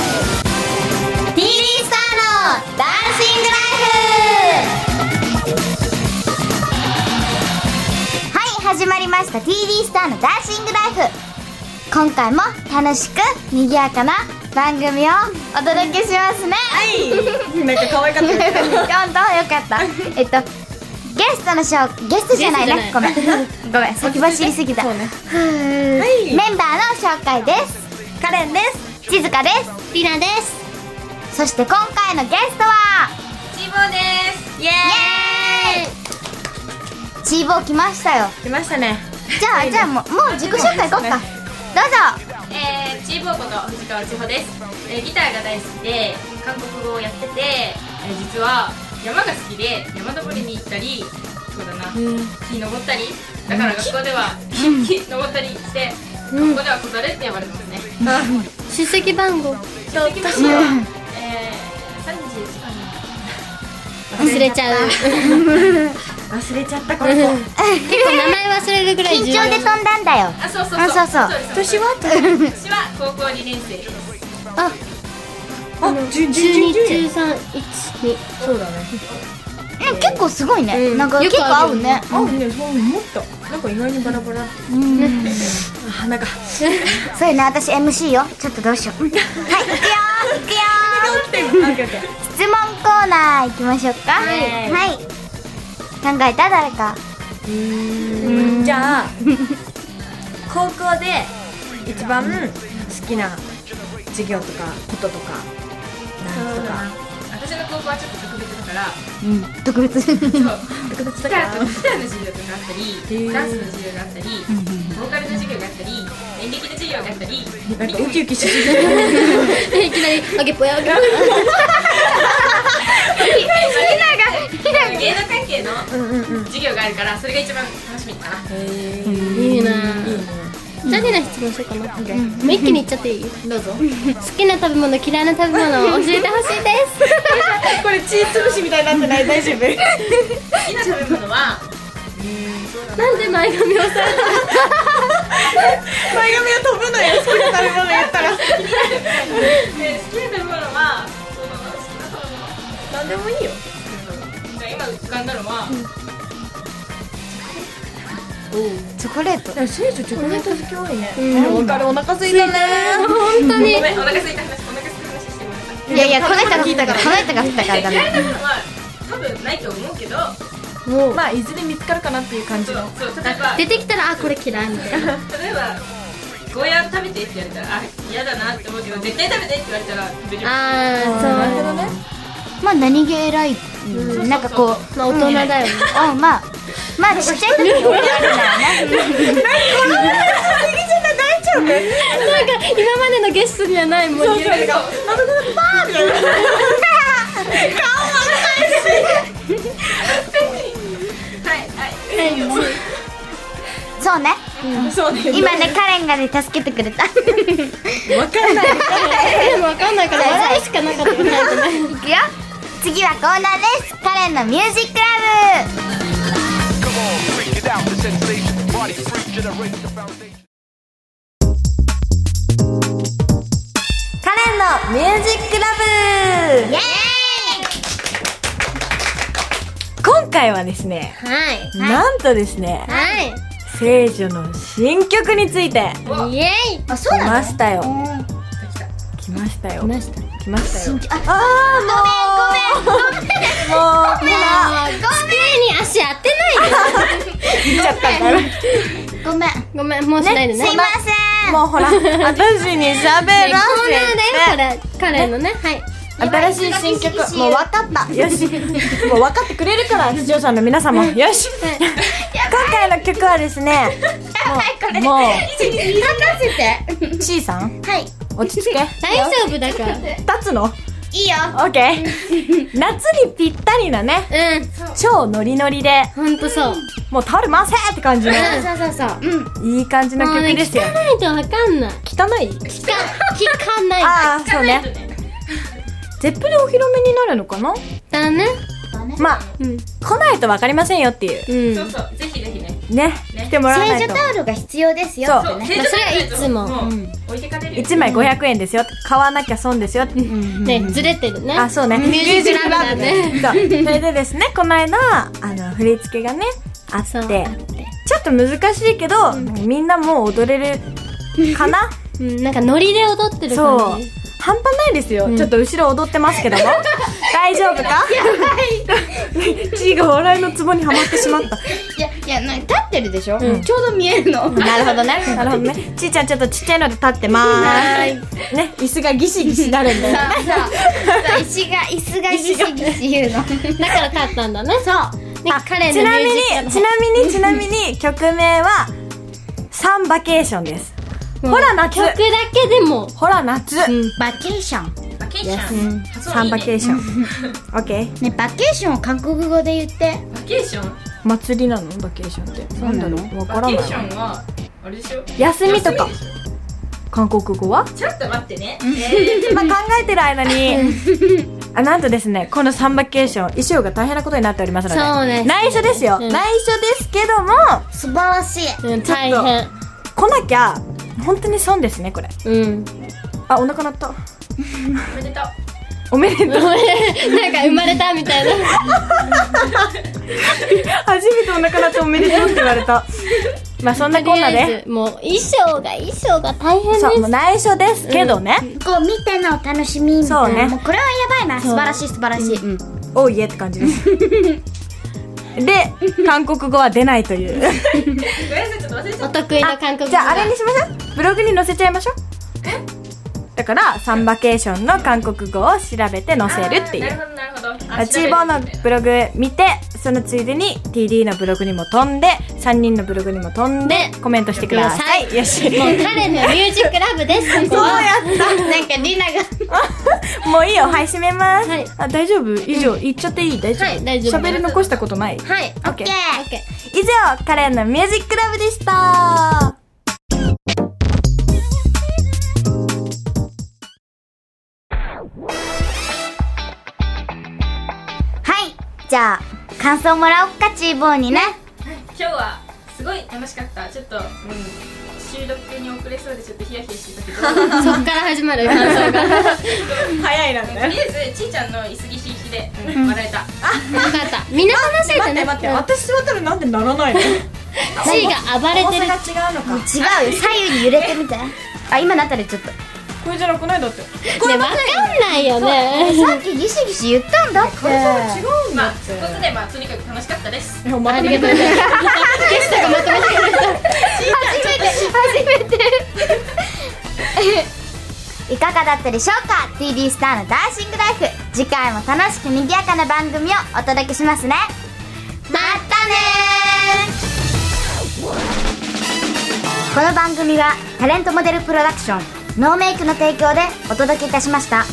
TD スターのダンシングライフはい始まりました TD スターのダンシングライフ今回も楽しく賑やかな番組をお届けしますねなんか可愛か っ本当たよかった えっとゲストの紹介ゲストじゃないねゲスごめん ごめん先走りすぎた、はいメンバーの紹介ですカレンです静香ですりなですそして今回のゲストはチボですイエイエーイチーボー来ましたよーイ来ましたねじゃあじゃあもうもう自己紹介いこうかどうぞえー、チーボーこと藤川千穂です、えーギターが大好きで韓国語をやってて、えー実は山が好きで山登りに行ったりそうだな木登ったりだから学校では木登ったりして、学校ではこざれって呼ばれてますね、出席番号行きましょうえー、31忘れちゃう忘れちゃったこの子結構名前忘れるぐらい緊張で飛んだんだよあそうそうあそうそうそうです私は私は高校2年生ですああ順中二中中三一二 そうだね うん結構すごいね、うんなんかよ結く構合合ううねあねそう思ったなんか意外にバラバラあなんかそうやな私 MC よちょっとどうし ようはい行くよ行くよ質問コーナー行きましょうかはいはい考えた誰かうんじゃあ高校で一番好きな授業とかこととかなんとか私の高校はちょっと特別だからうん特別 そう特別ギタだかーらとギターの授業とかあったへーりダンスの授業があったりボーカルの授業があったり演劇の授業があったりなんかウキウキしすぎていきなりあげぽやあげぽや芸能関係のうんうんうん授業があるからそれが一番楽しみかなへ いいなーいいねじゃありな質問しようかなもう一気にいっちゃっていいどうぞ好きな食べ物嫌いな食べ物を教えてほしいですこれチーズ虫みたいになってない大丈夫好きな食べ物は なんで前髪をさ前髪が飛ぶのよ好きな食べ物言ったらえー好きな食べ物はそうだな好きな食べ物何でもいいよじゃあ今浮かんだのはチョコレートでも聖書チョコレート好き多いねうんわかるお腹空いたね本当にごめんお腹空いた話お腹空いた話してごめんなさいいやいやこの人が振ったからこの人が振ったからだ嫌 ねいな食べ物は多分ないと思うけどもうまあいずれ見つかるかなっていう感じそうのそう例えば出てきたらあこれ嫌いみたいな例えばゴーヤー食べてって言われたらあ嫌だなって思うけど絶対食べてって言われたら食べるよなるあほどねまあ何気偉いうんなんかこーそうまあ大人だよねううんまあまあちっちゃい時に思われる ならななんか今までのゲストにはないもんそうなんかなんとなくパーみたいなはいはいそうね そうね今ねカレンがね助けてくれ たわかんないでもわかんないから笑うしかな かったよねいくよ次はコーナーですカレンのミュージックラブ Come on, freak it out. The sensation, the body freak, generate the foundation. カレンのミュージックライエブ今回はですねはいなんとですねはい聖女の新曲についてイエーイーイあそう来なのましたよ来た来ましたよ来ました来ましたよあああもうもう机に足当てないよ来ちゃったからごめんごめんもうしないでねすいませんもうほら私に喋コーらナーせだよこれカレンのねはい新しい新曲もう分わかったよしもう分かってくれるから視聴者の皆様よし今回の曲はですねもうも任せてう C さんはい落ち着け大丈夫だからう立つのいいよ OK 夏にぴったりなねん超ノリノリでほんとそうもうタオル回せって感じのそうそうそうそういい感じのもうね曲です聞よかないとわかんない聞汚いか聞かないああそうねゼップでお披露目になるのかなだねまあうん来ないと分かりませんよっていううんそうそうぜひぜひねねね来てもらわな聖い女とタオルが必要ですよそってね手それはいつもう置いてかれるよ1枚500円ですよ買わなきゃ損ですよね、ずれてるね。あそうねミュージックラブだねそうそれでですねこの間あの振り付けがねあっそうてあってちょっと難しいけど、みんなもう踊れるかなうん、なんかノリで踊ってる そう感じ。半端ないですよ、ちょっと後ろ踊ってますけ ども大丈夫かやばい チーが笑いのツボにはまってしまったいやいやな立ってるでしょ、ちょうど見えるのなるほどね。 なるほどね。ちーちゃんちょっとちっちゃいので立ってまーす。ね、椅子がギシギシなる んだよね。さあさあ石が椅子がギシギシ言うの だから勝ったんだね。そう。ねあ、カレンちのミなュみージックラブに、ちなみに、ちなみに、曲名は、サンバケーションです。ほら夏曲だけでも、ほら夏バケーションバケーション、発音サいンいねバケーション。オッケー。ねバケーションを韓国語で言ってバケーション祭りなのバケーションって。なんだろうわからバケなーシい。ョンはあれでしょ休みとか休みでしょ韓国語はちょっと待ってね、 えまあ考えてる間 に、あなんとですね、このサンバケーション、衣装が大変なことになっておりますので。そうですね内緒ですよ。うん内緒ですけども、素晴らしいうん、ちょっ大と変。来なきゃ、本当に損ですね、これ。うん。 あ、お腹鳴った。ー、おめでとうおめでとう。なんか生まれたみたいな。 初めてお腹鳴っておめでとうって言われた。 まあそんなこんなとりあで。えずもう衣装が衣装が大変です。そう、もう内緒ですけどね。こう見てのお楽しみみたいなそうねもうこれはやばいな素晴らしい素晴らしい、うんおいえって感じ です。で、韓国語は出ないという。ごめんなさいちょっと忘れちゃおっ得意の韓国語じゃああがれにしましょう。ブログに載せちゃいましょう。だから、サンバケーションの韓国語を調べて載たせるっていあーう。なるほどなるほどあチーボーのブログ見て、そのついでに TD のブログにも飛んで、3人のブログにも飛んで、コメントしてください。よし。もうカレンのミュージックラブです。そうなんかリナがもういいよ、はい、閉めます。はいあ、大丈夫以上、言っちゃっていい大丈夫はい大丈夫喋り残したことないはい。オッケーー以上、カレンのミュージックラブでした。はいじゃあ感想もらおっかちーぼーにね今日はすごい楽しかったちょっと、うん、収録に遅れそうでちょっとヒヤヒヤしてたけどと そっから始まる感想が。よ早いなりあ。えずちーちゃんの椅子ぎしひで、うん、笑えたかった。みんな楽しい待てっね。て待って、私座ったらなんでなら ないの地位が暴れ重てさるが。違うのか。違うよ左右に揺れてみてあ今なったらちょっとこれじゃなくないだって。これわかんないよね。さっきギシギシ言ったんだって違うんまだあって一。つでまあとにかく楽しかったですいや まあとりめがとてうございます。ゲストがまとめてくれた。 いかがだったでしょうか TD スターのダンシングライフ次回も楽しく賑やかな番組をお届けしますねまたねこの番組はタレントモデルプロダクションノーメイクの提供でお届けいたしました。